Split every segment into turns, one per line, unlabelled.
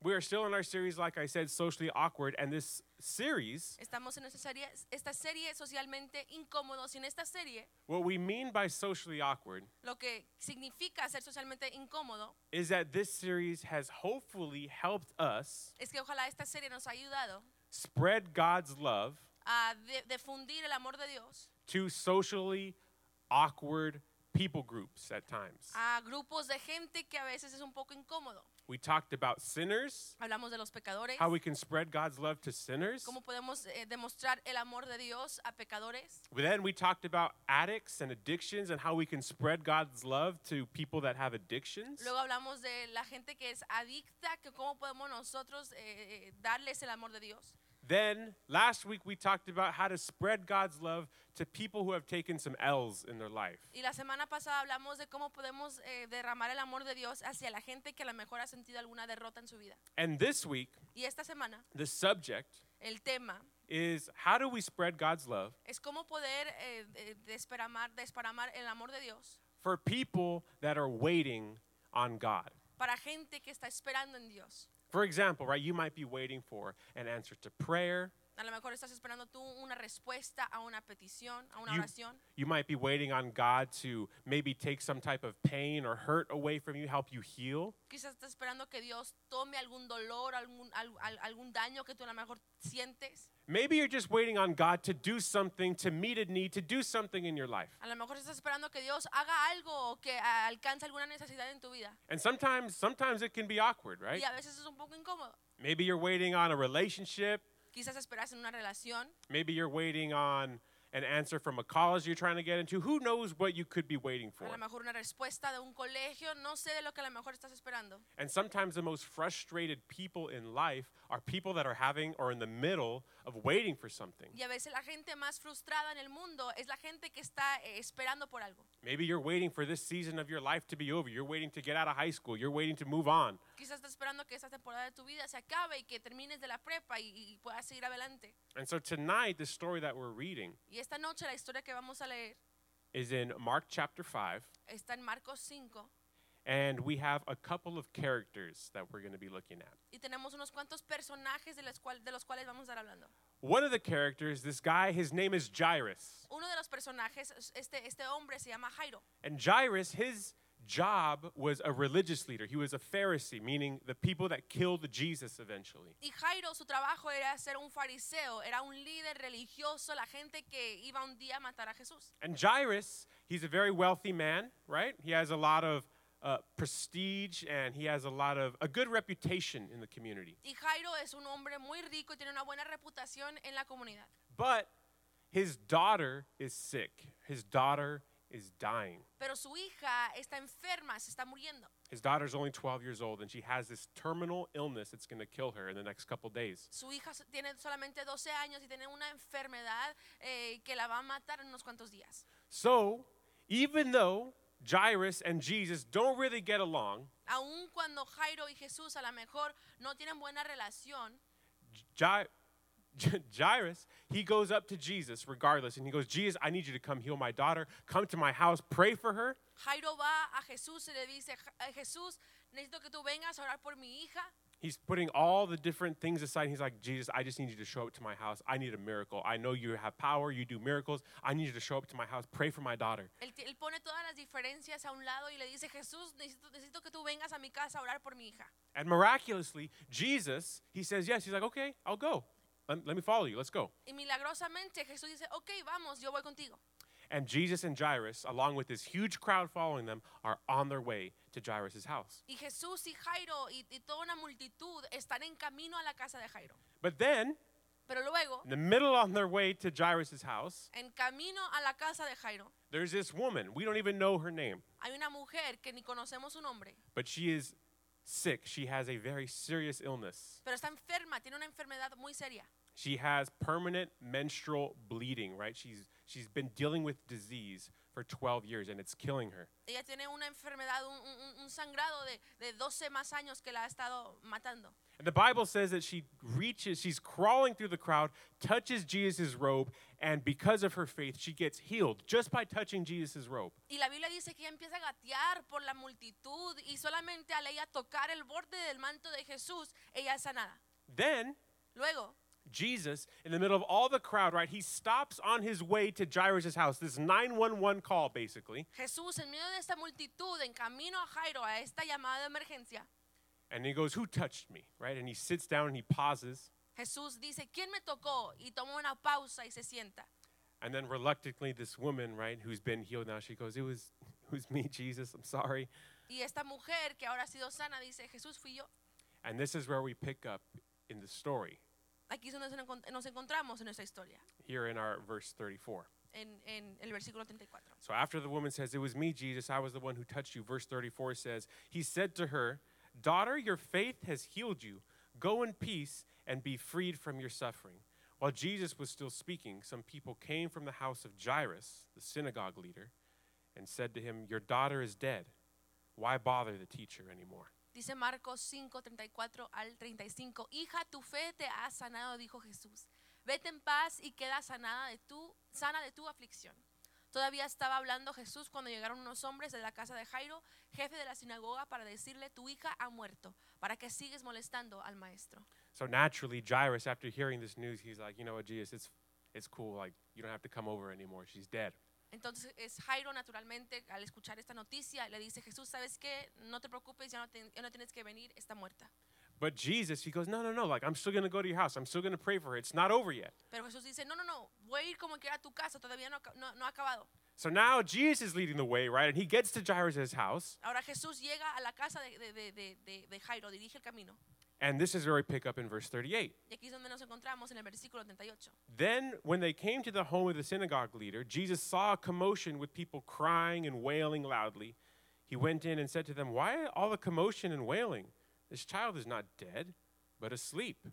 We are still in our series, like I said, socially awkward, and this series,
Estamos en esta serie, esta serie socialmente incómodos y en esta serie
what we mean by socially awkward
lo que significa ser socialmente incómodo
is that this series has hopefully helped us
es que ojalá esta serie nos ha ayudado
spread God's love
a de- difundir el amor de Dios
to socially awkward people groups at times.
a grupos de gente que a veces es un poco incómodo.
We talked about sinners,
Hablamos de los pecadores,
how we can spread God's love to sinners.
cómo podemos eh, demostrar el amor de Dios a pecadores.
But Then we talked about addicts and addictions and how we can spread God's love to people that have addictions.
Luego hablamos de la gente que es adicta, que cómo podemos nosotros eh, eh, darles el amor de Dios.
Then last week we talked about how to spread God's love to people who have taken some L's in their life.
Y la semana pasada hablamos de cómo podemos eh, derramar el amor de Dios hacia la gente que a lo mejor ha sentido alguna derrota en su vida.
And this week
Y esta semana
the subject
el tema
is how do we spread God's love
es cómo poder eh, de- desparramar, desparramar el amor de Dios
for people that are waiting on God.
para gente que está esperando en Dios.
For example, right, you might be waiting for an answer to prayer.
A lo mejor estás esperando tú una respuesta a una petición, a una
You,
oración.
you might be waiting on God to maybe take some type of pain or hurt away from you, help you heal.
Quizás estás esperando que Dios tome algún dolor, algún, al- al- algún daño que tú a lo mejor sientes.
Maybe you're just waiting on God to do something, to meet a need, to do something in your life.
A lo mejor estás esperando que Dios haga algo o que a- alcance alguna necesidad en tu vida.
And sometimes sometimes it can be awkward, right?
Y a veces es un poco incómodo.
Maybe you're waiting on a relationship,
Quizás esperas en una relación,
maybe you're waiting on an answer from a college you're trying to get into. Who knows what you could be waiting for?
a lo mejor una respuesta de un colegio, no sé de lo que a lo mejor estás esperando.
And sometimes the most frustrated people in life are people that are having or in the middle of waiting for something.
Y a veces la gente más frustrada en el mundo es la gente que está eh, esperando por algo.
Maybe you're waiting for this season of your life to be over. You're waiting to get out of high school. You're waiting to move on.
Quizás estás esperando que esta temporada de tu vida se acabe y que termines de la prepa y, y puedas seguir adelante.
And so tonight, the story that we're reading
Y esta noche la historia que vamos a leer
is in Mark chapter 5,
está en Marcos 5
and we have a couple of characters that we're going to be looking at.
y tenemos unos cuantos personajes de los, cual- de los cuales vamos a estar hablando.
One of the characters, this guy, his name is Jairus.
Uno de los personajes, es- este, este hombre se llama Jairo.
And Jairus, his job was a religious leader. He was a Pharisee, meaning the people that killed Jesus eventually.
Y Jairo, su trabajo era ser un fariseo, era un líder religioso, la gente que iba un día a matar a Jesús.
And Jairus, he's a very wealthy man, right? He has a lot of uh, prestige and he has a lot of a good reputation in the community.
Y Jairo es un hombre muy rico y tiene una buena reputación en la comunidad.
But his daughter is sick. His daughter is dying.
Pero su hija está enferma, se está muriendo.
His daughter's only 12 years old and she has this terminal illness that's going to kill her in the next couple days.
Su hija so- tiene solamente 12 años y tiene una enfermedad eh, que la va a matar en unos cuantos días.
So, even though Jairus and Jesus don't really get along,
Aun cuando Jairo y Jesús a lo mejor no tienen buena relación,
Jai- Jairus, he goes up to Jesus regardless, and he goes, Jesus, I need you to come heal my daughter. Come to my house, pray for her.
Jairo va a Jesús y le dice, "Ja- eh, Jesús, necesito que tú vengas a orar por mi hija.
He's putting all the different things aside. He's like, Jesus, I just need you to show up to my house. I need a miracle. I know you have power, you do miracles. I need you to show up to my house, pray for my daughter.
Él, ti- él pone todas las diferencias a un lado y le dice, Jesús, necesito, necesito que tú vengas a mi casa a orar por mi hija.
And miraculously, Jesus, he says, Yes. He's like, Okay, I'll go. Let, let me follow you. Let's go.
Y milagrosamente Jesús dice, ok, vamos, yo voy contigo.
And Jesus and Jairus, along with this huge crowd following them, are on their way to Jairus' house.
Y Jesús y Jairo y, y toda una multitud están en camino a la casa de Jairo.
But then,
Pero luego,
in the middle on their way to Jairus' house,
en camino a la casa de Jairo,
there's this woman. We don't even know her name,
hay una mujer que ni conocemos su nombre,
but she is sick. She has a very serious illness.
pero está enferma, tiene una enfermedad muy seria.
She has permanent menstrual bleeding, right? She's She's been dealing with disease for 12 years and it's killing her.
Ella tiene una enfermedad, un, un- un sangrado de, de 12 más años que la ha estado matando.
And the Bible says that she reaches, she's crawling through the crowd, touches Jesus' robe, and because of her faith, she gets healed just by touching Jesus' robe.
Y la Biblia dice que ella empieza a gatear por la multitud y solamente al ella tocar el borde del manto de Jesús, ella es sanada.
Then
Luego,
Jesus, in the middle of all the crowd, right, he stops on his way to Jairus' house, this 911 call basically,
Jesús, en medio de esta multitud, en camino a Jairo, a esta llamada de emergencia,
and he goes, Who touched me? Right? And he sits down and he pauses,
Jesús dice, ¿quién me tocó? Y toma una pausa y se sienta.
and then reluctantly, this woman, right, who's been healed now, she goes, It was, it was me, Jesus, I'm sorry.
Y esta mujer que ahora ha sido sana dice, Jesús fui yo.
And this is where we pick up in the story,
Aquí es donde nos encon- nos encontramos en nuestra historia,
here in our verse 34.
en, en el versículo 34.
So after the woman says, It was me, Jesus, I was the one who touched you, verse 34 says, He said to her, Daughter, your faith has healed you. Go in peace and be freed from your suffering. While Jesus was still speaking, some people came from the house of Jairus, the synagogue leader, and said to him, Your daughter is dead. Why bother the teacher anymore?
Dice Marcos 5, 34 al 35, Hija, tu fe te ha sanado, dijo Jesús. Vete en paz y queda sanada de tu, sana de tu aflicción. Todavía estaba hablando Jesús cuando llegaron unos hombres de la casa de Jairo, jefe de la sinagoga, para decirle, tu hija ha muerto, ¿para qué sigues molestando al maestro?
So naturally, Jairus, after hearing this news, he's like, You know what, Jesus, it's, it's cool. Like, you don't have to come over anymore. She's dead.
Entonces es Jairo naturalmente al escuchar esta noticia le dice, Jesús, ¿sabes qué? No te preocupes, ya no, ten- ya no tienes que venir, está muerta.
But Jesus, he goes, no, no, no. Like, I'm still going to go to your house. I'm still going to pray for her. It's not over yet.
Pero Jesús dice, no, no, no, voy a ir como quiera a tu casa, todavía no aca- no- no ha acabado.
So now Jesus is leading the way, right? And he gets to Jairus' house.
Ahora Jesús llega a la casa de, de- de- de- de- de Jairo, dirige el camino.
And this is where we pick up in verse 38.
Y aquí es donde nos encontramos en el versículo 38.
Then, when they came to the home of the synagogue leader, Jesus saw a commotion with people crying and wailing loudly. He went in and said to them, Why all the commotion and wailing? This child is not dead, but asleep.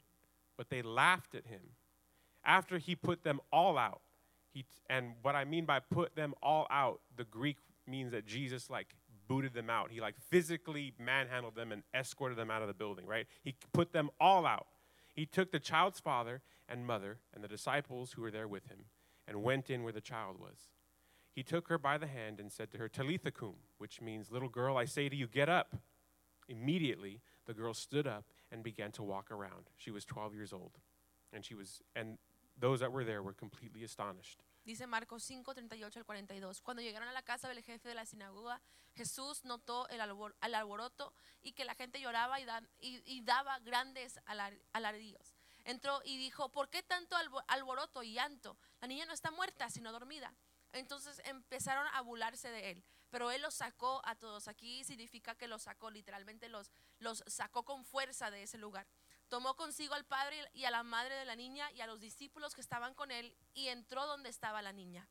But they laughed at him. After he put them all out, he t- and what I mean by put them all out, the Greek means that Jesus like booted them out. He like physically manhandled them and escorted them out of the building, right? He put them all out. He took the child's father and mother and the disciples who were there with him and went in where the child was. He took her by the hand and said to her, Talitha cum, which means, little girl, I say to you, get up. Immediately, the girl stood up and began to walk around. She was 12 years old. And she was, and those that were there were completely astonished.
Dice Marcos 5, 38 al 42. Cuando llegaron a la casa del jefe de la sinagoga, Jesús notó el, albor- el alboroto y que la gente lloraba y, dan- y- y daba grandes alar- alardíos. Entró y dijo, ¿por qué tanto albo- alboroto y llanto? La niña no está muerta, sino dormida. Entonces empezaron a burlarse de él, pero él los sacó a todos. Aquí significa que los sacó, literalmente los, los sacó con fuerza de ese lugar. Tomó consigo al padre y a la madre de la niña y a los discípulos que estaban con él y entró donde estaba la niña.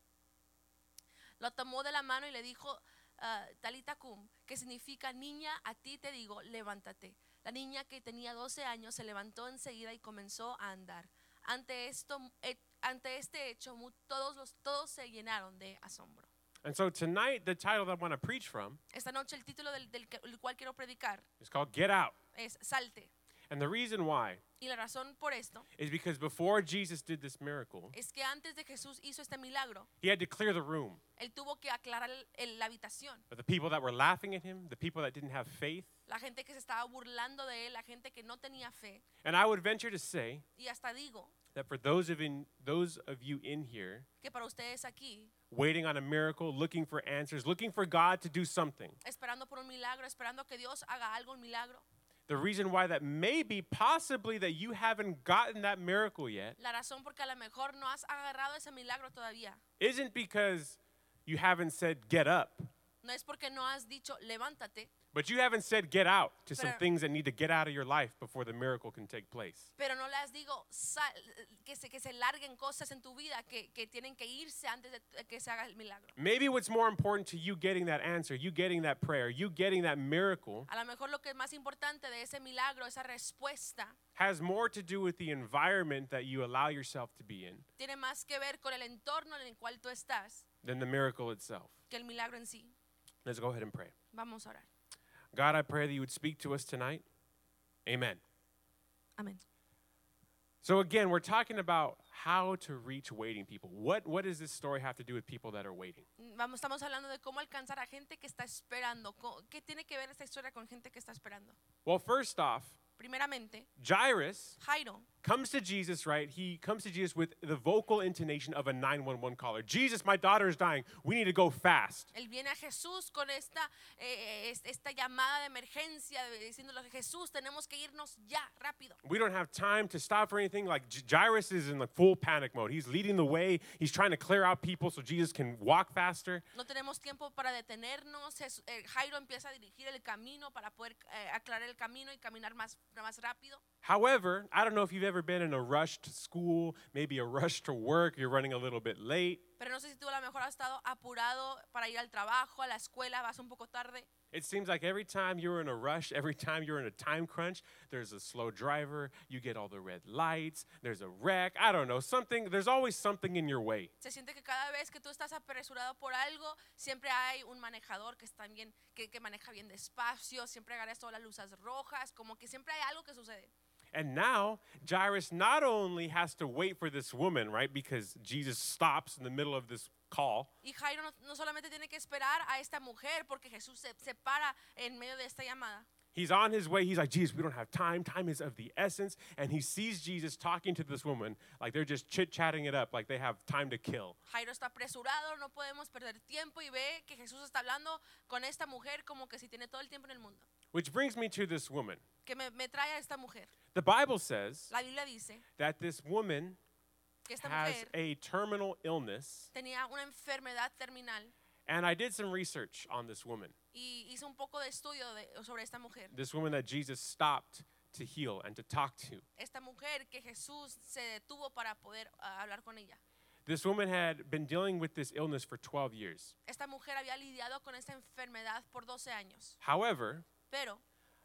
Lo tomó de la mano y le dijo, ah, Talita cum, que significa niña, a ti te digo, levántate. La niña que tenía 12 años se levantó enseguida y comenzó a andar. Ante, esto, eh, ante este hecho, mu- todos, los, todos se llenaron de asombro.
And so tonight, the title that I want to preach from
Esta noche el título del, del que- el cual quiero predicar
is called Get Out.
es Salte.
And the reason why
Y la razón por esto
is because before Jesus did this miracle,
es que antes de Jesús hizo este milagro,
he had to clear the room
Él tuvo que aclarar el- el- la habitación.
of the people that were laughing at him, the people that didn't have faith.
La gente que se estaba burlando de él, la gente que no tenía fe.
And I would venture to say
Y hasta digo
that for those of, in, those of you in here
que para ustedes aquí,
waiting on a miracle, looking for answers, looking for God to do something,
esperando por un milagro, esperando que Dios haga algo, un milagro,
the reason why that may be possibly that you haven't gotten that miracle yet
la razón por que a lo mejor no has agarrado ese milagro todavía,
isn't because you haven't said, get up,
no es porque no has dicho levántate,
But you haven't said get out to some
Pero-
things that need to get out of your life before the miracle can take place.
Pero no les digo sal- que, se, que se larguen cosas en tu vida que, que tienen que irse antes de que se haga el milagro.
Maybe what's more important to you getting that answer, you getting that prayer, you getting that miracle
A lo mejor lo que es más importante de ese milagro, esa respuesta,
has more to do with the environment that you allow yourself to be in
tiene más que ver con el entorno en el cual tú estás
than the miracle itself.
que el milagro en sí.
Let's go ahead and pray.
Vamos a orar.
God, I pray that you would speak to us tonight. Amen.
Amén.
So again, we're talking about how to reach waiting people. What what does this story have to do with people that are waiting?
Mm, Vamos, estamos hablando de cómo alcanzar a gente que está esperando. Co- ¿Qué tiene que ver esta historia con gente que está esperando?
Well, first off,
Primeramente,
Jairus
Jairo
comes to Jesus, right? He comes to Jesus with the vocal intonation of a 911 caller. Jesus, my daughter is dying. We need to go fast.
Él viene a Jesús con esta, eh, es- esta llamada de emergencia, de- diciéndole, Jesús, tenemos que irnos ya, rápido.
We don't have time to stop for anything. Like J- Jairus is in like full panic mode. He's leading the way. He's trying to clear out people so Jesus can walk faster.
No tenemos tiempo para detenernos. Jesu- eh, Jairo empieza a dirigir el camino para poder eh, aclarar el camino y caminar más, más rápido.
However, I don't know if you've ever been in a rush to school, maybe a rush to work. You're running a little bit late.
Pero no sé si tú a lo mejor has estado apurado para ir al trabajo, a la escuela, vas un poco tarde.
It seems like every time you're in a rush, every time you're in a time crunch, there's a slow driver, you get all the red lights, there's a wreck, I don't know, something, there's always something in your way.
Se siente que cada vez que tú estás apresurado por algo, siempre hay un manejador que, está bien, que, que maneja bien despacio, siempre agarras todas las luces rojas, como que siempre hay algo que sucede.
And now, Jairus not only has to wait for this woman, right, because Jesus stops in the middle of this call,
Y Jairo no, no solamente tiene que esperar a esta mujer porque Jesús se, se para en medio de esta llamada.
he's on his way, he's like, Jesus, we don't have time, time is of the essence. And he sees Jesus talking to this woman, like they're just chit chatting it up, like they have time to kill.
Jairo está apresurado, no podemos perder tiempo y ve que Jesús está hablando con esta mujer como que si tiene todo el tiempo en el mundo.
Which brings me to this woman.
Que me, me trae a esta mujer.
The Bible says
La Biblia dice
that this woman
que esta
has
mujer
a terminal illness,
tenía una enfermedad terminal
and I did some research on this woman.
y hizo un poco de estudio de- sobre esta mujer.
This woman that Jesus stopped to heal and to talk to.
Esta mujer que Jesús se detuvo para poder ah, hablar con ella.
This woman had been dealing with this illness for 12 years.
Esta mujer había lidiado con esta enfermedad por 12 años,
However,
pero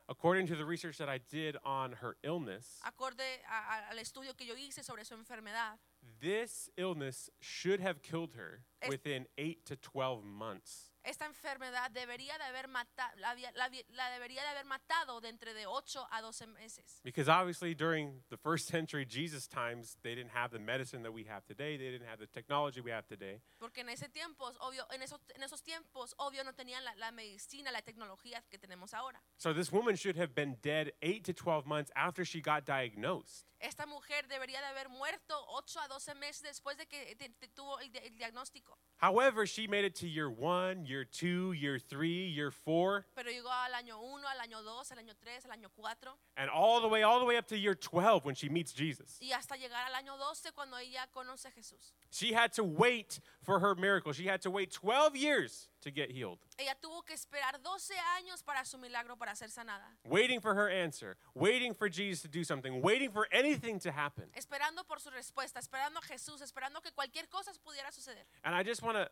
according to the research that I did on her illness,
acorde a- a- al estudio que yo hice sobre su enfermedad,
this illness should have killed her
Es-
within 8 to 12 months.
esta enfermedad debería de haber matado, la, había- la había- la debería de haber matado de entre de 8 a 12 meses.
Because obviously, during the first century Jesus times, they didn't have the medicine that we have today. They didn't have the technology we have today.
Porque en ese tiempos, obvio, en esos, en esos tiempos, obvio, no tenían la, la medicina, la tecnología que tenemos ahora.
So this woman should have been dead 8 to 12 months after she got diagnosed.
Esta mujer debería de haber muerto 8 a 12 meses después de que te- te tuvo el, di- el diagnóstico.
However, she made it to year 1, year 2, year 3, year 4,
Pero llegó al año 1, al año 2, al año 3, al año 4
and all the way all the way up to year 12 when she meets Jesus.
y hasta llegar al año 12 cuando ella conoce a Jesús.
She had to wait for her miracle. She had to wait 12 years to get healed.
Ella tuvo que esperar 12 años para su milagro para ser sanada.
Waiting for her answer, waiting for Jesus to do something, waiting for anything to happen.
esperando por su respuesta, esperando a Jesús, esperando que cualquier cosa pudiera suceder.
And I just want to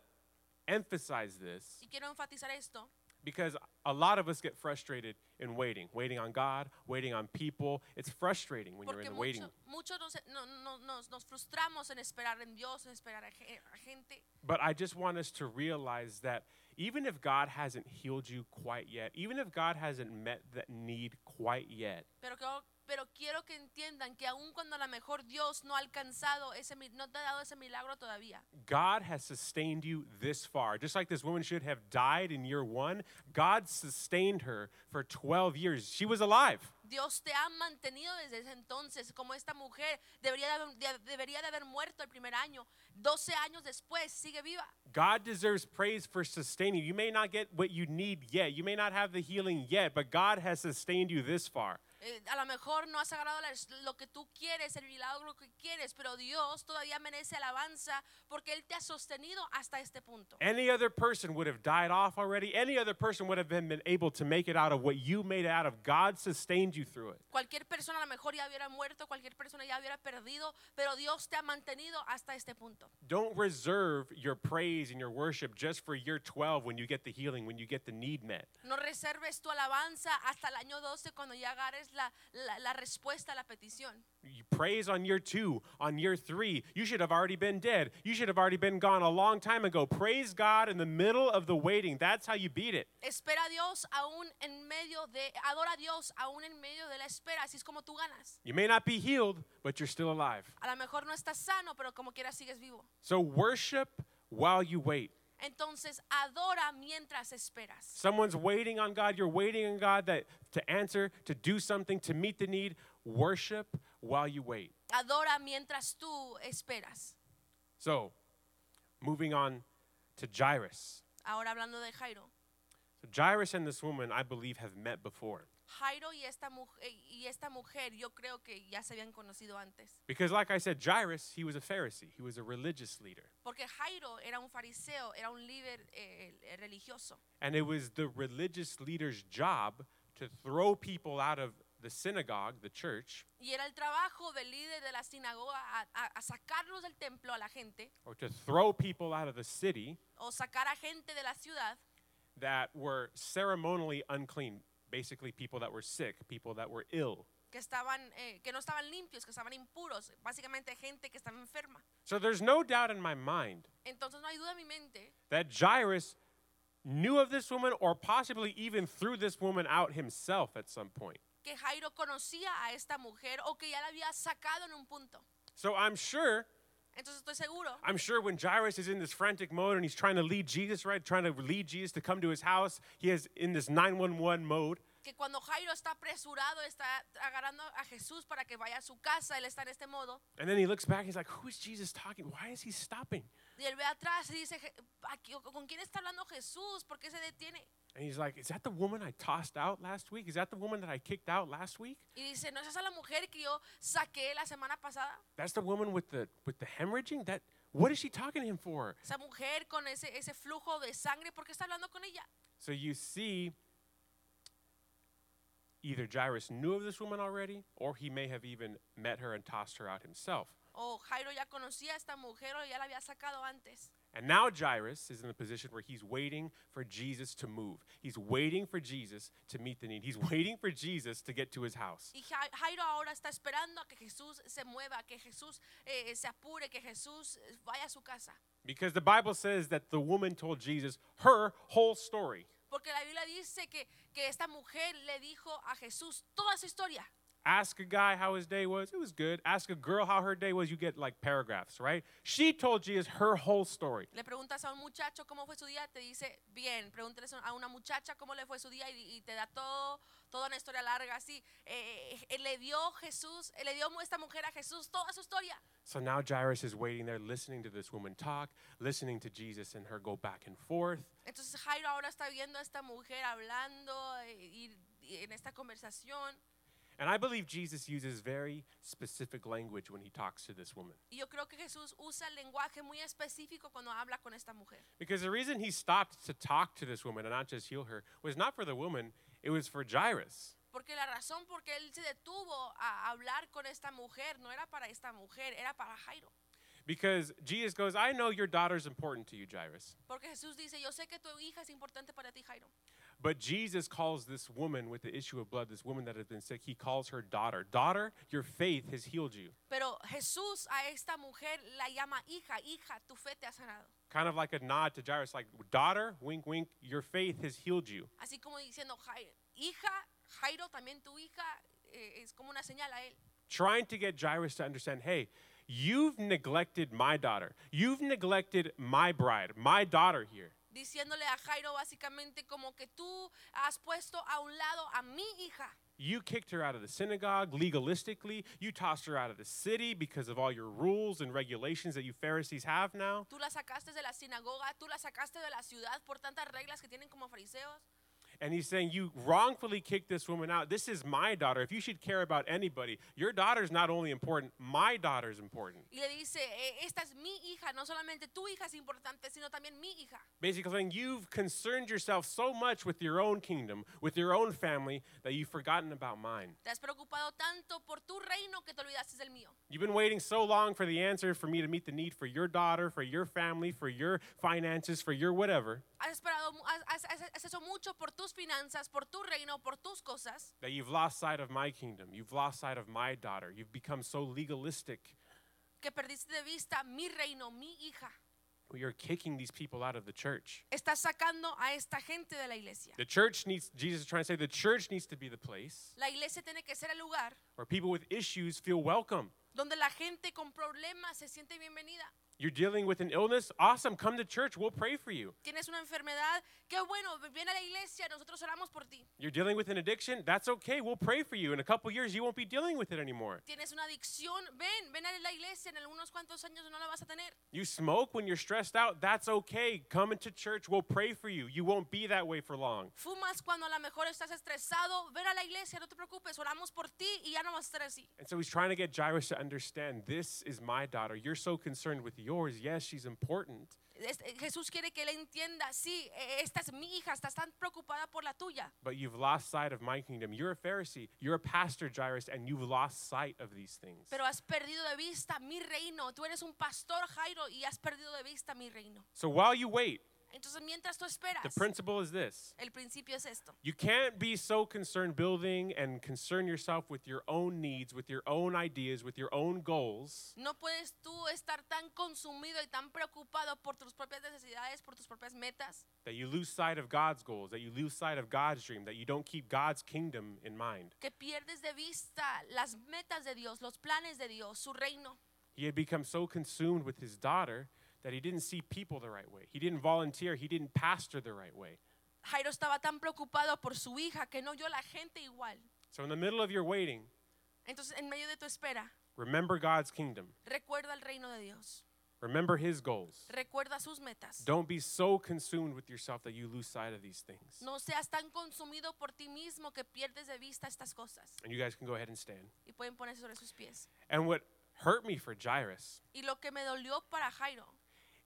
emphasize this
Y quiero enfatizar esto,
because a lot of us get frustrated in waiting, waiting on God, waiting on people. It's frustrating when you're in
porque
the waiting
mucho- muchos nos, no- no- nos, nos frustramos en esperar en Dios, en esperar a, ge- a gente,
But I just want us to realize that even if God hasn't healed you quite yet, even if God hasn't met that need quite yet,
pero, creo- pero quiero que entiendan que aun cuando a lo mejor Dios no ha alcanzado, ese, mi- no te ha dado ese milagro todavía,
God has sustained you this far. Just like this woman should have died in year one, God sustained her for 12 years. She was alive.
Dios te ha mantenido desde ese entonces, como esta mujer debería de haber- de- debería de haber muerto el primer año, 12 años después sigue viva.
God deserves praise for sustaining you. You may not get what you need yet, you may not have the healing yet, but God has sustained you this far.
Eh, a lo mejor no has agarrado la- lo que tú quieres, el milagro que quieres, pero Dios todavía merece alabanza porque Él te ha sostenido hasta este punto.
Any other person would have died off already. Any other person would have been, been able to make it out of what you made it out of. God sustained you through it.
Cualquier persona a lo mejor ya hubiera muerto, cualquier persona ya hubiera perdido, pero Dios te ha mantenido hasta este punto.
Don't reserve your praise and your worship just for year 12 when you get the healing, when you get the need met.
No reserves tu alabanza hasta el año 12 cuando ya agarres la, la- la respuesta a la petición.
You praise on year two, on year three. You should have already been dead. You should have already been gone a long time ago. Praise God in the middle of the waiting. That's how you beat it.
Espera a Dios aún en medio de, adora a Dios aún en medio de la espera, así es como tú ganas.
You may not be healed, but you're still alive.
A lo mejor no estás sano, pero como quieras sigues vivo.
So worship while you wait.
Entonces adora mientras esperas.
Someone's waiting on God. You're waiting on God that to answer, to do something, to meet the need. Worship while you wait.
Adora mientras tú esperas.
So, moving on to Jairus.
Ahora hablando de Jairo.
So Jairus and this woman, I believe, have met before.
Jairo y esta, mujer, y esta mujer yo creo que ya se habían conocido antes.
Because, like I said, Jairus, he was a Pharisee, he was a religious leader.
Porque Jairo era un fariseo, era un líder eh, eh, religioso.
And it was the religious leader's job to throw people out of the synagogue, the church,
Y era el trabajo del líder de la sinagoga a, a- a sacarlos del templo a la gente
or to throw people out of the city
o sacar a gente de la ciudad
that were ceremonially unclean. Basically, people that were sick, people that were ill.
que, estaban, eh, que no estaban limpios, que estaban impuros, básicamente gente que estaba enferma.
So there's no doubt in my mind
Entonces no hay duda en mi mente
that Jairus knew of this woman or possibly even threw this woman out himself at some point.
que Jairo conocía a esta mujer o que ya la había sacado en un punto.
So I'm sure,
Entonces estoy seguro
I'm sure when Jairus is in this frantic mode and he's trying to lead Jesus, right? Trying to lead Jesus to come to his house, he is in this 911 mode.
que cuando Jairo está apresurado, está agarrando a Jesús para que vaya a su casa, él está en este modo,
And then he looks back, he's like, Who is Jesus talking? Why is he stopping?
y él ve atrás y dice, "Je- ¿a qui- ¿con quién está hablando Jesús? ¿Por qué se detiene?
And he's like, Is that the woman I tossed out last week? Is that the woman that I kicked out last week?
Y dice, ¿no es esa la mujer que yo saqué la semana pasada?
That's the woman with the with the hemorrhaging? That what is she talking to him for?
Esa mujer con ese, ese flujo de sangre, ¿por qué está hablando con ella?
So you see, either Jairus knew of this woman already, or he may have even met her and tossed her out himself.
O Jairo ya conocía a esta mujer o ya la había sacado antes.
And now Jairus is in the position where he's waiting for Jesus to move. He's waiting for Jesus to meet the need. He's waiting for Jesus to get to his house.
Y Ja- Jairo ahora está esperando a que Jesús se mueva, que Jesús eh, se apure, que Jesús eh, vaya a su casa.
Because the Bible says that the woman told Jesus her whole story.
Porque la Biblia dice que, que esta mujer le dijo a Jesús toda su historia.
Ask a guy how his day was, it was good. Ask a girl how her day was, you get like paragraphs, right? She told Jesus her whole story.
Le preguntas a un muchacho cómo fue su día, te dice bien. Pregúntales a una muchacha cómo le fue su día y, y te da todo, toda una historia larga así. Eh, eh, le dio Jesús, eh, le dio esta mujer a Jesús toda su historia.
So now Jairus is waiting there, listening to this woman talk, listening to Jesus and her go back and forth.
Entonces Jairo ahora está viendo a esta mujer hablando eh, y- y en esta conversación.
And I believe Jesus uses very specific language when he talks to this woman.
Y yo creo que Jesús usa el lenguaje muy específico cuando habla con esta mujer.
Because the reason he stopped to talk to this woman and not just heal her was not for the woman, it was for Jairus.
Porque la razón por qué él se detuvo a hablar con esta mujer no era para esta mujer, era para Jairo.
Because Jesus goes, I know your daughter's important to you, Jairus.
Porque Jesús dice, yo sé que tu hija es importante para ti, Jairo.
But Jesus calls this woman with the issue of blood, this woman that has been sick, he calls her daughter. Daughter, your faith has healed you.
Pero Jesús a esta mujer la llama hija, hija, tu fe te ha sanado.
Kind of like a nod to Jairus, like, daughter, wink, wink, your faith has healed you.
Así como diciendo, "Jai- hija, Jairo, también tu hija, eh, es como una señal a él.
Trying to get Jairus to understand, hey, you've neglected my daughter. You've neglected my bride, my daughter here.
Diciéndole a Jairo básicamente como que tú has puesto a un lado a mi hija.
You kicked her out of the synagogue legalistically. You tossed her out of the city because of all your rules and regulations that you Pharisees have now.
Tú la sacaste de la sinagoga, tú la sacaste de la ciudad por tantas reglas que tienen como fariseos.
and he's saying, You wrongfully kicked this woman out. This is my daughter. If you should care about anybody, your daughter's not only important, my daughter's important.
Y le dice, "Eh, esta es mi hija, no solamente tu hija es importante, sino también mi hija.
Basically saying, You've concerned yourself so much with your own kingdom, with your own family, that you've forgotten about mine.
Te has preocupado tanto por tu reino que te olvidaste del mío.
You've been waiting so long for the answer for me to meet the need for your daughter, for your family, for your finances, for your whatever,
Has esperado, mu- has, has- has- has hecho mucho por tus finanzas, por tu reino, por tus cosas.
that you've lost sight of my kingdom. You've lost sight of my daughter. You've become so legalistic.
que perdiste de vista mi reino, mi hija.
You're kicking these people out of the church.
Estás sacando a esta gente de la iglesia.
The church needs, Jesus is trying to say, the church needs to be the place
La iglesia tiene que ser el lugar
where people with issues feel welcome.
donde la gente con problemas se siente bienvenida.
You're dealing with an illness? Awesome, come to church, we'll pray for you.
Tienes una enfermedad, qué bueno, ven a la iglesia, nosotros oramos por ti.
You're dealing with an addiction? That's okay, we'll pray for you. In a couple years, you won't be dealing with it anymore.
Tienes una adicción, ven, ven a la iglesia, en algunos cuantos años no la vas a tener.
You smoke when you're stressed out? That's okay, come into church, we'll pray for you. You won't be that way for long.
Fumas cuando a lo mejor estás estresado, ven a la iglesia, no te preocupes, oramos por ti y ya no vas a estar así.
And so he's trying to get Jairus to understand this is my daughter. You're so concerned with yours. Yes, she's important,
Es- eh, Jesús quiere que él entienda, sí, eh, esta es mi hija, estás tan preocupada por la tuya.
but you've lost sight of my kingdom. You're a Pharisee, you're a pastor, Jairus, and you've lost sight of these things.
Pero has perdido de vista mi reino. Tú eres un pastor, Jairo, y has perdido de vista mi reino.
So while you wait,
Entonces, mientras tú esperas,
the principle is this.
el principio es esto.
You can't be so concerned building and concern yourself with your own needs, with your own ideas, with your own goals,
No puedes tú estar tan consumido y tan preocupado por tus propias necesidades, por tus propias metas,
that you lose sight of God's goals, that you lose sight of God's dream, that you don't keep God's kingdom in mind.
que pierdes de vista las metas de Dios, los planes de Dios, su reino.
He had become so consumed with his daughter that he didn't see people the right way. He didn't volunteer, he didn't pastor the right way.
Jairo estaba tan preocupado por su hija que no oyó a la gente igual.
So, in the middle of your waiting,
Entonces, en medio de tu espera,
remember God's kingdom,
recuerda el reino de Dios.
remember his goals.
Recuerda sus metas.
Don't be so consumed with yourself that you lose sight of these things.
No seas tan consumido por ti mismo que pierdes de vista estas cosas.
And you guys can go ahead and stand.
Y pueden ponerse sobre sus pies.
And what hurt me for Jairus
Y lo que me dolió para Jairo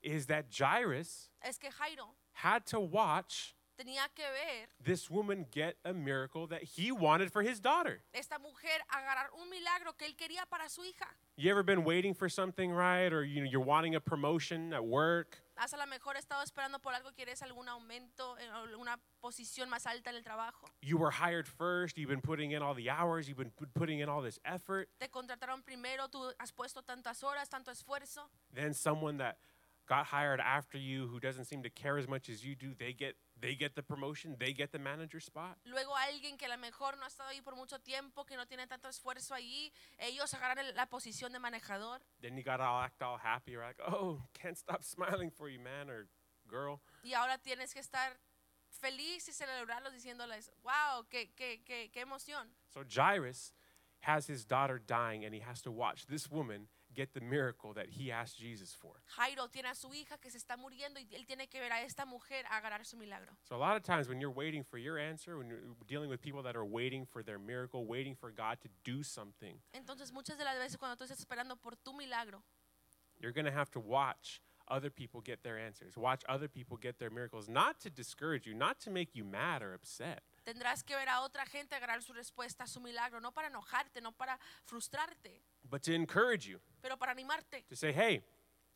is that Jairus
es que Jairo
had to watch
tenía que ver
this woman get a miracle that he wanted for his daughter.
esta mujer agarrar un milagro que él quería para su hija.
You ever been waiting for something, right? Or you know, you're wanting a promotion at work,
Has a lo mejor estado esperando por algo, quieres algún aumento, eh, o una posición más alta en el trabajo.
you were hired first, you've been putting in all the hours, you've been p- putting in all this effort,
Te contrataron primero, tú has puesto tantas horas, tanto esfuerzo.
then someone that got hired after you who doesn't seem to care as much as you do, they get they get the promotion, they get the manager spot.
Luego alguien que a lo mejor no ha estado ahí por mucho tiempo, que no tiene tanto esfuerzo allí, ellos agarran el- la posición de manejador.
Then you got to all act all happy, you're like, "Oh, can't stop smiling for you, man or girl."
Y ahora tienes que estar feliz y celebrarlos diciéndoles, wow, qué, qué, qué, qué emoción.
So Jairus has his daughter dying, and he has to watch this woman get the miracle that he asked Jesus for.
Jairo tiene a su hija que se está muriendo y él tiene que ver a esta mujer agarrar su milagro.
So a lot of times when you're waiting for your answer, when you're dealing with people that are waiting for their miracle, waiting for God to do something,
Entonces muchas de las veces cuando tú estás esperando por tu milagro,
you're going to have to watch other people get their answers, watch other people get their miracles, not to discourage you, not to make you mad or upset,
tendrás que ver a otra gente agarrar su respuesta, su milagro, no para enojarte, no para frustrarte,
but to encourage you,
pero para animarte,
to say, "Hey,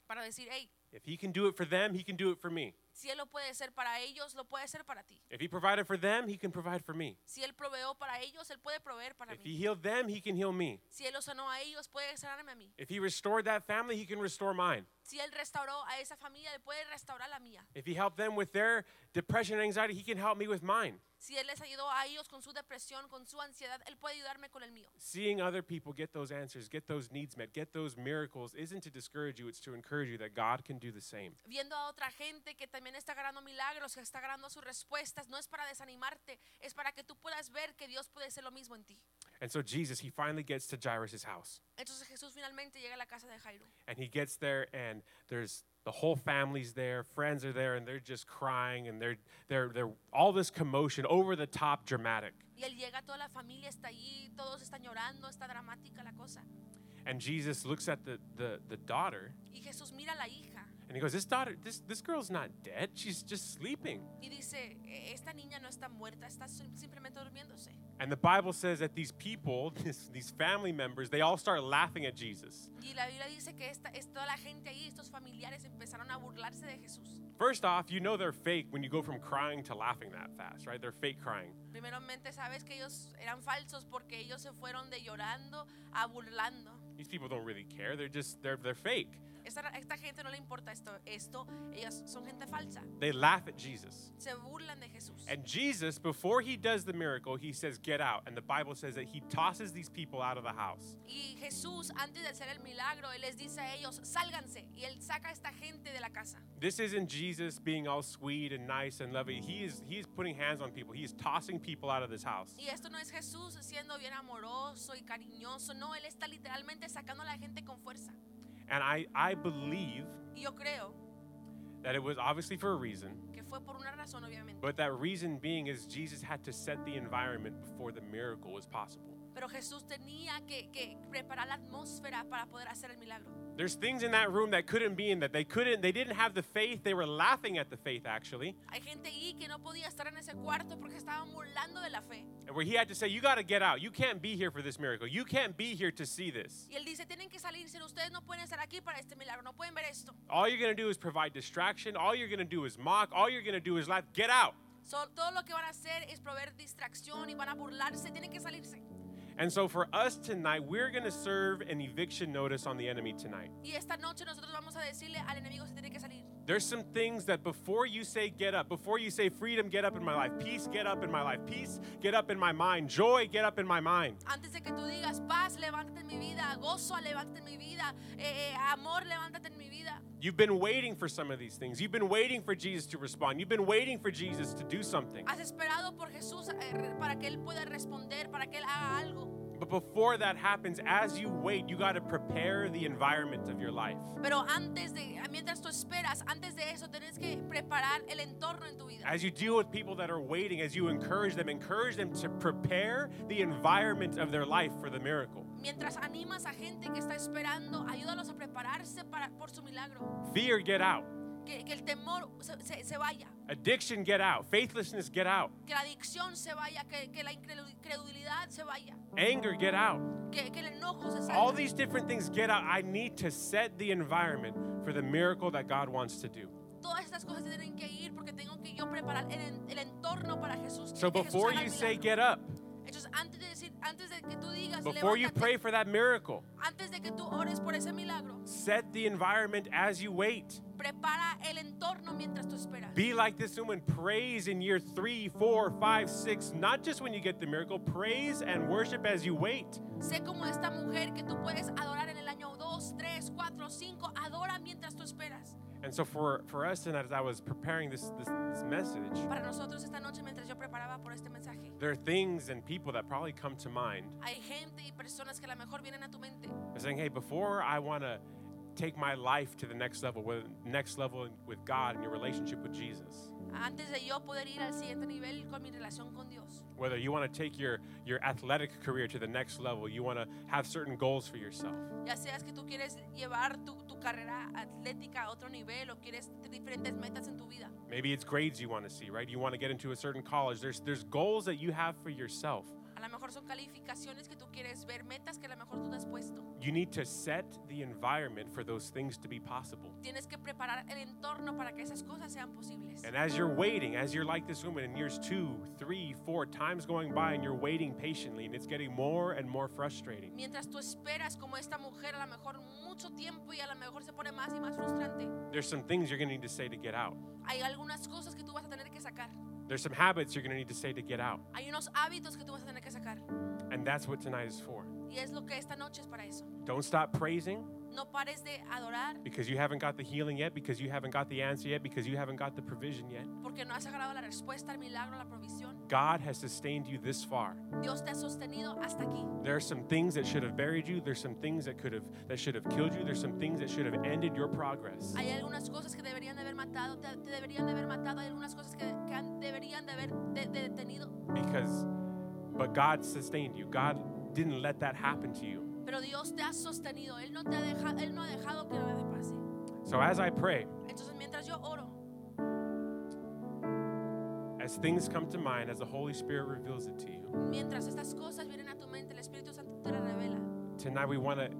para decir, hey,
if he can do it for them, he can do it for me.
si él lo puede ser para ellos, lo puede ser para ti.
If he provided for them, he can provide for me.
Si él proveó para ellos, él puede proveer para
If he
mí.
healed them, he can heal me."
Si él lo sanó a ellos, puede sanarme a mí.
If he restored that family, he can restore mine.
Si él restauró a esa familia, él puede restaurar la mía.
If he helped them with their depression and anxiety, he can help me with mine.
Si Él les ayudó a ellos con su depresión, con su ansiedad, Él puede ayudarme con el mío.
Seeing other people get those answers, get those needs met, get those miracles isn't to discourage you, it's to encourage you that God can do the same.
Viendo a otra gente que también está ganando milagros, que está ganando sus respuestas, no es para desanimarte, es para que tú puedas ver que Dios puede hacer lo mismo en ti.
And so Jesus, he finally gets to Jairus' house.
Entonces Jesús finalmente llega a la casa de Jairo.
And he gets there and there's the whole family's there, friends are there, and they're just crying and they're they're they're all this commotion, over the top dramatic.
Y él llega, toda la familia está allí, todos están llorando, está dramática la cosa.
And Jesus looks at the the, the daughter
Y Jesús mira a la hija
and he goes, This daughter, this this girl's not dead. She's just sleeping.
y dice, "E- esta niña no está muerta, está sim- simplemente durmiéndose.
And the Bible says that these people, this, these family members, they all start laughing at Jesus.
Y la Biblia dice que esta, es toda la gente ahí, estos familiares empezaron a burlarse de Jesús.
First off, you know they're fake when you go from crying to laughing that fast, right? They're fake crying.
Primeramente sabes que ellos eran falsos porque ellos se fueron de llorando a burlando.
These people don't really care. They're just they're they're fake.
Esta, esta gente no le importa esto, esto, ellos son gente falsa,
They laugh at Jesus.
se burlan de Jesús.
And Jesus, before he does the miracle, he says, "Get out." And the Bible says that he tosses these people out of the house.
Y Jesús, antes de hacer el milagro, Él les dice a ellos, sálganse. Y Él saca a esta gente de la casa.
This isn't Jesus being all sweet and nice and loving. He is he is putting hands on people. He is tossing people out of this house.
Y esto no es Jesús siendo bien amoroso y cariñoso. No, Él está literalmente sacando a la gente con fuerza.
And I I believe
Y yo creo
that it was obviously for a reason.
que fue por una razón, obviamente.
But that reason being is Jesus had to set the environment before the miracle was possible.
Pero Jesús tenía que, que preparar la atmósfera para poder hacer el milagro.
There's things in that room that couldn't be in that they couldn't they didn't have the faith. They were laughing at the faith actually.
Hay gente ahí que no podía estar en ese cuarto porque estaban burlando de la fe.
And where he had to say, "You got to get out. You can't be here for this miracle. You can't be here to see this.
Y Él dice, tienen que salirse, ustedes no pueden estar aquí para este milagro, no pueden ver esto.
All you're going to do is provide distraction. All you're going to do is mock. All you're going to do is laugh. Get out."
So- todo lo que van a hacer es proveer distracción y van a burlarse, tienen que salirse.
And so for us tonight, we're going to serve an eviction notice on the enemy tonight.
Y esta noche nosotros vamos a decirle al enemigo se tiene que salir.
There's some things that before you say get up, before you say freedom, get up in my life, peace, get up in my life, peace, get up in my mind, joy, get up in my mind.
Antes de que tú digas paz, levántate en mi vida, gozo, levántate en mi vida, eh, eh, amor, levántate en mi vida.
You've been waiting for some of these things. You've been waiting for Jesus to respond. You've been waiting for Jesus to do something.
Has esperado por Jesús eh, re- para que Él pueda responder, para que Él haga algo.
But before that happens, as you wait, you got to prepare the environment of your life.
Pero antes de, mientras tú esperas, antes de eso tienes que preparar el entorno en tu vida.
As you deal with people that are waiting, as you encourage them, encourage them to prepare the environment of their life for the miracle.
Mientras animas a gente que está esperando, ayúdalos a prepararse para, por su milagro.
Fear, get out.
Que, que el temor se- se- se vaya.
Addiction, get out. Faithlessness, get out.
que la adicción se vaya, que, que la increlu- incredulidad se vaya,
Anger, get out.
que, que el enojo se
All
salga.
these different things get out. I need to set the environment for the miracle that God wants to do.
Todas estas cosas se tienen que ir porque tengo que yo preparar el, en- el entorno para Jesús.
So
que Jesús
before
haga el
you say
milagro.
get up,
Entonces, antes de decir, antes de que tú digas,
before you
"Levántate",
pray for that miracle,
antes de que tú ores por ese milagro,
set the environment as you wait.
prepara el entorno mientras tú esperas.
Be like this woman, praise in year three, four, five, six, not just when you get the miracle, praise and worship as you wait.
sé como esta mujer que tú puedes adorar en el año 2, 3, 4, 5, adora mientras tú esperas.
And so for, for us tonight, as I was preparing this, this, this message,
Para nosotros esta noche mientras yo preparaba por este mensaje,
there are things and people that probably come to mind
hay gente y personas que a lo mejor vienen a tu mente.
of saying, hey, before I want to take my life to the next level, with next level with God and your relationship with Jesus,
antes de yo poder ir al siguiente nivel con mi relación con Dios.
whether you want to take your, your athletic career to the next level, you want to have certain goals for yourself.
Ya seas que tú quieres llevar tu, tu carrera atlética a otro nivel o quieres diferentes metas en tu vida.
Maybe it's grades you want to see, right? You want to get into a certain college. There's, there's goals that you have for yourself.
A lo mejor son calificaciones que tú quieres ver, metas que a lo mejor tú te has puesto.
You need to set the environment for those things to be possible.
Tienes que preparar el entorno para que esas cosas sean posibles.
And as you're waiting, as you're like this woman in years two, three, four, time's going by and you're waiting patiently and it's getting more and more frustrating.
Mientras tú esperas como esta mujer a lo mejor mucho tiempo y a lo mejor se pone más y más frustrante,
There's some things you're going to need to say to get out.
hay algunas cosas que tú vas a tener que sacar.
There's some habits you're going to need to say to get out.
Hay unos hábitos que tú vas a tener que sacar.
And that's what tonight is for.
Y es lo que esta noche es para eso.
Don't stop praising
No pares de adorar,
because you haven't got the healing yet, because you haven't got the answer yet, because you haven't got the provision yet.
porque no has agarrado la respuesta al milagro, a la provisión.
God has sustained you this far.
Dios te ha sostenido hasta aquí.
There are some things that should have buried you. There's some things that could have that should have killed you. There's some things that should have ended your progress.
Hay algunas cosas que deberían de haber matado, te, te deberían de haber matado, hay algunas cosas que, que han- deberían de haber de- de- detenido,
Because but God sustained you. God didn't let that happen to you.
pero Dios te ha sostenido, Él no, te ha dejado, Él no ha dejado que nada pase.
So as I pray,
Entonces mientras yo oro,
as things come to mind, as the Holy Spirit reveals it to you,
mientras estas cosas vienen a tu mente, el Espíritu Santo te las revela.
tonight we want to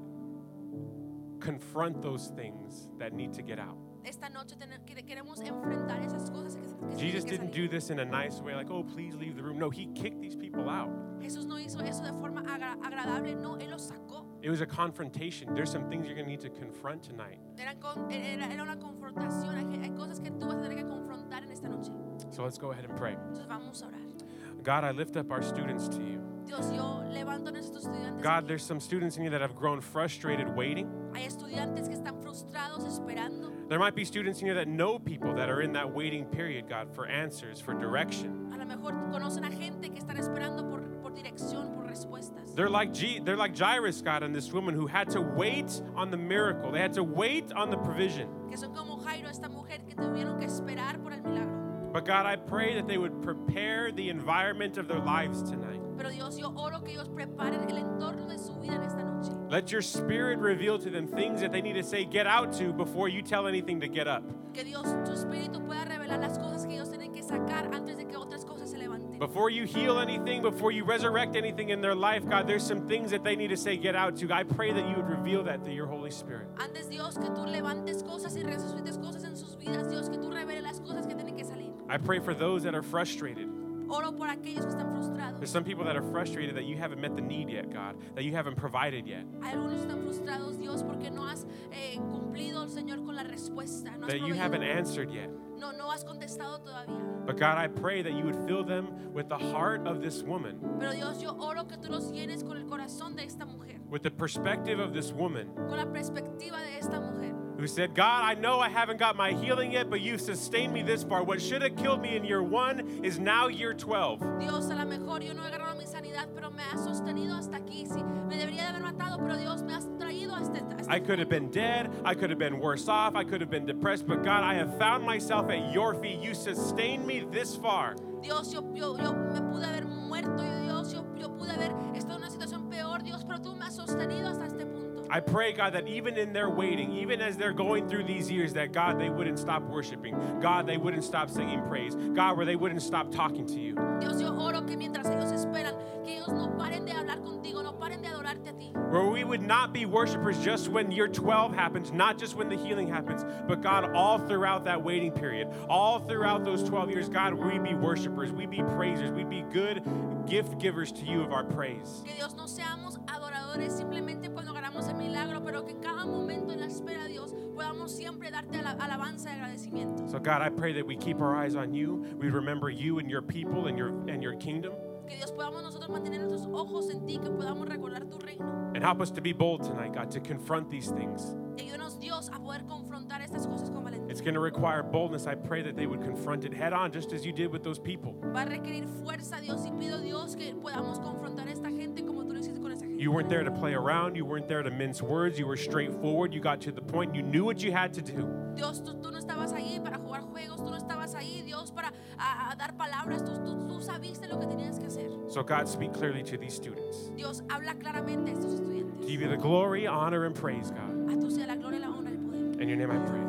confront those things that need to get out.
Esta noche tene- que- queremos enfrentar esas cosas que, que se
Jesus didn't
tienen que
do this in a nice way, like, oh, please leave the room. No, he kicked these people out.
salir. Jesús no hizo eso de forma agra- agradable, no, Él los sacó.
It was a confrontation. There's some things you're going to need to confront tonight.
Era, con- era- era una confrontación, hay, hay cosas que tú vas a tener que confrontar en esta noche.
So let's go ahead and pray.
Entonces vamos a orar.
God, I lift up our students to you.
Dios, yo levanto a nuestros estudiantes.
God,
aquí.
there's some students in here that have grown frustrated waiting.
Hay estudiantes que están frustrados esperando.
There might be students in here that know people that are in that waiting period, God, for answers, for direction.
A lo mejor conocen a gente que están esperando por, por dirección, por respuestas.
They're like, G- they're like Jairus, God, and this woman who had to wait on the miracle. They had to wait on the provision.
Que son como Jairo, esta mujer que tuvieron que esperar por el milagro.
But God, I pray that they would prepare the environment of their lives tonight.
Pero Dios, yo oro que ellos preparen el entorno de su vida en esta noche.
Let your spirit reveal to them things that they need to say get out to before you tell anything to get up,
Que Dios, tu espíritu pueda revelar las cosas que ellos tienen que sacar antes de que otras cosas se levanten.
before you heal anything, before you resurrect anything in their life. God, there's some things that they need to say get out to. I pray that you would reveal that through your Holy Spirit.
Antes Dios, que tú levantes cosas y resucites cosas en sus vidas. Dios, que tú reveles las cosas que tienen que salir.
I pray for those that are frustrated.
Oro por aquellos que están frustrados.
There's some people that are frustrated that you haven't met the need yet, God, that you haven't provided yet,
Hay algunos que están frustrados, Dios, porque no has eh, cumplido, Señor, con la respuesta. No has,
that you
proveído.
haven't answered yet.
no, no has contestado todavía.
But God, I pray that you would fill them with the heart of this woman,
Pero Dios, yo oro que tú los llenes con el corazón de esta mujer,
with the perspective of this woman
con la perspectiva de esta mujer,
who said, God, I know I haven't got my healing yet, but you've sustained me this far. What should have killed me in year one is now year 12.
Dios, a lo mejor yo no he agarrado mi sanidad, pero me has sostenido hasta aquí. Sí, me debería de haber matado, pero Dios me has traído hasta, hasta
I
este
could have been
punto.
dead. I could have been worse off. I could have been depressed. But God, I have found myself at your feet. You sustained me this far.
Dios, yo, yo, yo me pude haber muerto, yo, Dios, yo, yo pude haber estado en una situación peor, Dios, pero tú me has sostenido hasta este punto.
I pray, God, that even in their waiting, even as they're going through these years, that God, they wouldn't stop worshiping. God, they wouldn't stop singing praise. God, where they wouldn't stop talking to you.
Dios, yo oro que mientras ellos esperan, que ellos no paren de hablar contigo, no paren de adorarte a ti.
Where we would not be worshipers just when year 12 happens, not just when the healing happens, but God, all throughout that waiting period, all throughout those 12 years, God, we be worshipers, we be praisers, we be good gift givers to you of our praise.
Que Dios no seamos adoradores simplemente cuando ganamos el milagro, pero que cada momento en la espera, Dios, podamos siempre darte ala- alabanza y agradecimiento.
So God, I pray that we keep our eyes on you. We remember you and your people and your and your kingdom.
Que Dios podamos nosotros mantener nuestros ojos en ti, que podamos recordar tu reino.
And help us to be bold tonight, God, to confront these things.
Ayúdanos, Dios, a poder confrontar estas cosas con valentía.
It's going to require boldness. I pray that they would confront it head on, just as you did with those people.
Va a requerir fuerza, Dios, y pido, Dios, que podamos confrontar a esta gente como tú lo hiciste con esa gente.
You weren't there to play around. You weren't there to mince words. You were straightforward. You got to the point. You knew what you had to do.
Dios, tú, tú no estabas ahí para jugar juegos, tú no estabas ahí, Dios, para a- a dar palabras, tú, tú, tú sabiste lo que tenías que hacer.
So, God, speak clearly to these students.
Dios, habla claramente a estos
To
estudiantes.
give you the glory, honor, and praise, God.
A tú sea la gloria, la honra, el poder.
In your name I pray.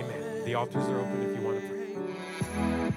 Amen. The altars are open if you want to pray.